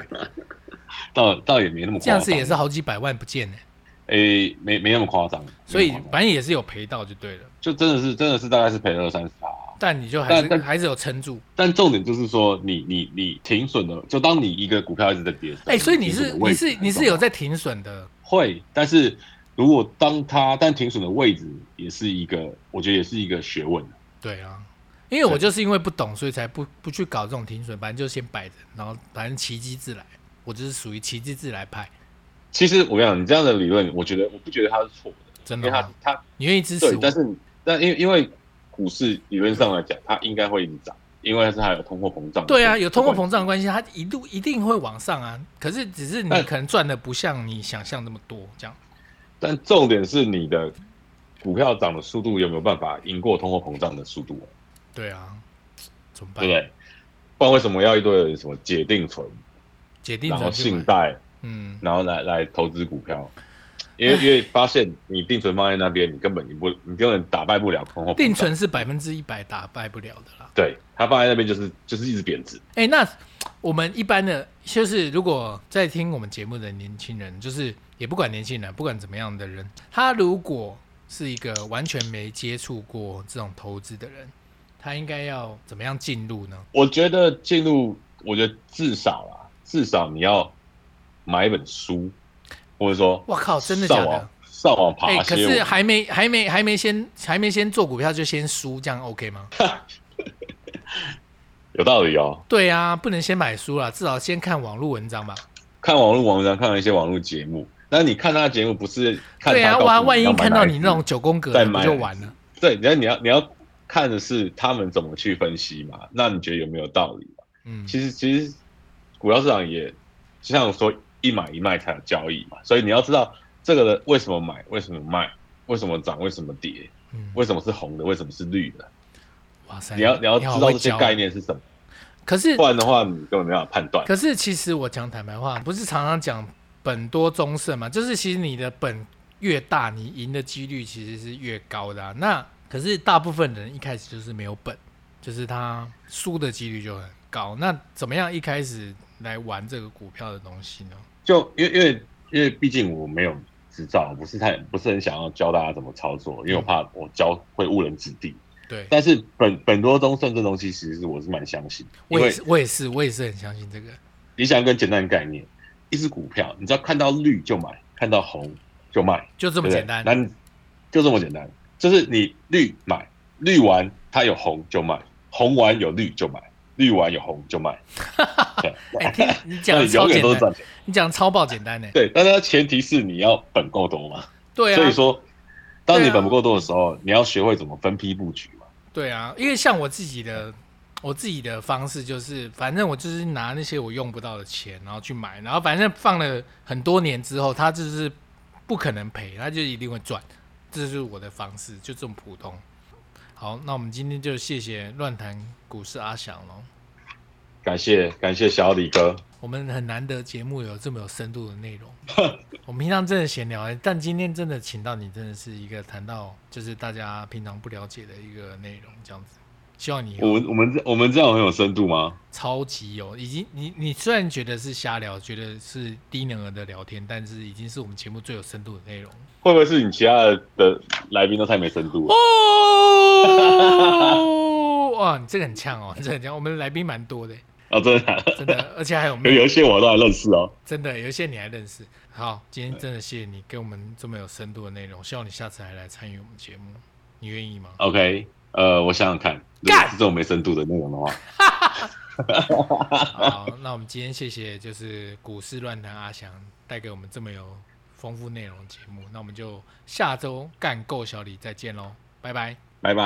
Speaker 2: 倒倒也没那么
Speaker 1: 这
Speaker 2: 夸
Speaker 1: 样
Speaker 2: 张，
Speaker 1: 子也是好几百万不见哎、
Speaker 2: 诶、没没那么夸张，
Speaker 1: 所以
Speaker 2: 没那么夸张
Speaker 1: 反正也是有赔到就对了，
Speaker 2: 就真的是真的是大概是赔了二三十趴。
Speaker 1: 但你就还是
Speaker 2: 但但
Speaker 1: 还是有撑住
Speaker 2: 但重点就是说你，你你停损的，就当你一个股票一直在跌的时候，
Speaker 1: 哎、所以你
Speaker 2: 停损
Speaker 1: 是
Speaker 2: 的
Speaker 1: 你
Speaker 2: 位置
Speaker 1: 是
Speaker 2: 很
Speaker 1: 你是
Speaker 2: 重
Speaker 1: 有
Speaker 2: 要
Speaker 1: 在停损的，
Speaker 2: 会，但是如果当它但停损的位置也是一个，我觉得也是一个学问。
Speaker 1: 对啊，因为我
Speaker 2: 对
Speaker 1: 就是因为不懂，所以才不不去搞这种停损，反正就先摆着，然后反正奇迹自来，我就是属于奇迹自来派，
Speaker 2: 其实我跟你讲，你这样的理论，我觉得我不觉得它是错的，
Speaker 1: 真
Speaker 2: 因
Speaker 1: 的
Speaker 2: 为它
Speaker 1: 吗？
Speaker 2: 它
Speaker 1: 你愿意支持
Speaker 2: 对，
Speaker 1: 我
Speaker 2: 但？是但因为因为股市理论上来讲，它应该会一直涨，因为它是还有通货膨胀。
Speaker 1: 对啊，有通货膨胀的。关系，它一度一定会往上啊。可是只是你
Speaker 2: 但
Speaker 1: 可能赚的不像你想象那么多，这样。
Speaker 2: 但重点是你的股票涨的速度有没有办法赢过通货膨胀的速度，
Speaker 1: 对啊，怎么办？
Speaker 2: 对不对？不然为什么要一堆人什么解定存，
Speaker 1: 解定
Speaker 2: 然后
Speaker 1: 存去
Speaker 2: 信
Speaker 1: 买，
Speaker 2: 贷，
Speaker 1: 嗯，
Speaker 2: 然后来来投资股票？因为因为发现你定存放在那边，你根本你不你根本打败不了通货膨胀。
Speaker 1: 定存是百分之一百打败不了的啦。
Speaker 2: 对它放在那边就是就是一直贬值。
Speaker 1: 哎、那我们一般的，就是如果在听我们节目的年轻人，就是也不管年轻人，不管怎么样的人，他如果是一个完全没接触过这种投资的人，他应该要怎么样进入呢？
Speaker 2: 我觉得进入，我觉得至少啦，至少你要买一本书，或者说
Speaker 1: 我靠，哦真的假
Speaker 2: 上
Speaker 1: 的
Speaker 2: 网？上网
Speaker 1: 哎、
Speaker 2: 爬
Speaker 1: 可
Speaker 2: 些文，
Speaker 1: 是还没还没还没先还没先做股票就先输，这样 OK 吗？
Speaker 2: 有道理哦。
Speaker 1: 对啊，不能先买书啦，至少先看网络文章吧。
Speaker 2: 看网络文章，看了一些网络节目，那你看他的节目不是看
Speaker 1: 对
Speaker 2: 他
Speaker 1: 啊，
Speaker 2: 告诉
Speaker 1: 万
Speaker 2: 你
Speaker 1: 万一
Speaker 2: 要买
Speaker 1: 看
Speaker 2: 哪
Speaker 1: 到
Speaker 2: 一
Speaker 1: 你那
Speaker 2: 支
Speaker 1: 种九宫格
Speaker 2: 再
Speaker 1: 的，不
Speaker 2: 买
Speaker 1: 就
Speaker 2: 哪一
Speaker 1: 完
Speaker 2: 只
Speaker 1: 了？
Speaker 2: 对，然后你要你要看的是他们怎么去分析嘛，那你觉得有没有道理嘛？
Speaker 1: 嗯，
Speaker 2: 其实其实股票市场也就像我说一买一卖才有交易嘛，所以你要知道这个人为什么买，为什么卖，为什么涨，为什么跌，
Speaker 1: 嗯
Speaker 2: 为什么是红的，为什么是绿的。
Speaker 1: 哇塞，
Speaker 2: 你要你要知
Speaker 1: 哎好
Speaker 2: 道
Speaker 1: 会
Speaker 2: 这些
Speaker 1: 教啊
Speaker 2: 概念是什么，
Speaker 1: 可是
Speaker 2: 不然的话你根本没办法判断。
Speaker 1: 可是其实我讲坦白话，不是常常讲本多终胜嘛，就是其实你的本越大，你赢的几率其实是越高的、啊。那可是大部分人一开始就是没有本，就是他输的几率就很高。那怎么样一开始来玩这个股票的东西呢？
Speaker 2: 就因为因为因为毕竟我没有执照，不是太不是很想要教大家怎么操作，
Speaker 1: 嗯
Speaker 2: 因为我怕我教会误人子弟。
Speaker 1: 对，
Speaker 2: 但是本本多中胜这东西，其实我是蛮相信，因
Speaker 1: 我也
Speaker 2: 为
Speaker 1: 是，我也是，我也是很相信这个。
Speaker 2: 你想一个简单的概念，一只股票，你只要看到绿就买，看到红就卖，
Speaker 1: 就这
Speaker 2: 这
Speaker 1: 么简单，
Speaker 2: 那你就这么简单，就是你绿买，绿完它有红就卖，红完有绿就买，绿完有红就 卖。对，
Speaker 1: 哎、听你
Speaker 2: 那
Speaker 1: 讲 得
Speaker 2: 你永
Speaker 1: 超
Speaker 2: 远
Speaker 1: 简
Speaker 2: 都
Speaker 1: 单，
Speaker 2: 是赚钱。
Speaker 1: 你讲得超爆简单呢、
Speaker 2: 对，但是它前提是你要本够多嘛。
Speaker 1: 对啊，
Speaker 2: 所以说，当
Speaker 1: 对
Speaker 2: 你
Speaker 1: 啊
Speaker 2: 本不够多的时候，你要学会怎么分批布局嘛。
Speaker 1: 对啊，因为像我自己的，我自己的方式就是，反正我就是拿那些我用不到的钱，然后去买，然后反正放了很多年之后，它就是不可能赔，它就一定会赚，这就是我的方式，就这么普通。好，那我们今天就谢谢乱谈股市阿翔喽。
Speaker 2: 感谢感谢小李哥，
Speaker 1: 我们很难得节目有这么有深度的 内容，我们平常真的闲聊、但今天真的请到你，真的是一个谈到就是大家平常不了解的一个内容，这样子。希望你以后
Speaker 2: 我们我们这我们这样很有深度吗？
Speaker 1: 超级有，已经你你虽然觉得是瞎聊，觉得是低能儿的聊天，但是已经是我们节目最有深度的 内容
Speaker 2: 会不会是你其他的的来宾都太没深度了？
Speaker 1: 哦。哇，你这个很呛哦，你这个很呛。我们来宾蛮多的，
Speaker 2: 哦，真的假的？
Speaker 1: 真的，而且还有
Speaker 2: 有
Speaker 1: 妹，
Speaker 2: 有一些我都还认识哦。
Speaker 1: 真的有一些你还认识。好，今天真的谢谢你给我们这么有深度的内容，希望你下次还来参与我们节目，你愿意吗？
Speaker 2: OK，呃，我想想看，如果
Speaker 1: 干
Speaker 2: 是这种没深度的内容的话，
Speaker 1: 好，那我们今天谢谢就是股市乱谈阿翔带给我们这么有丰富内容的节目，那我们就下周干够小李再见喽，拜拜。
Speaker 2: 拜拜。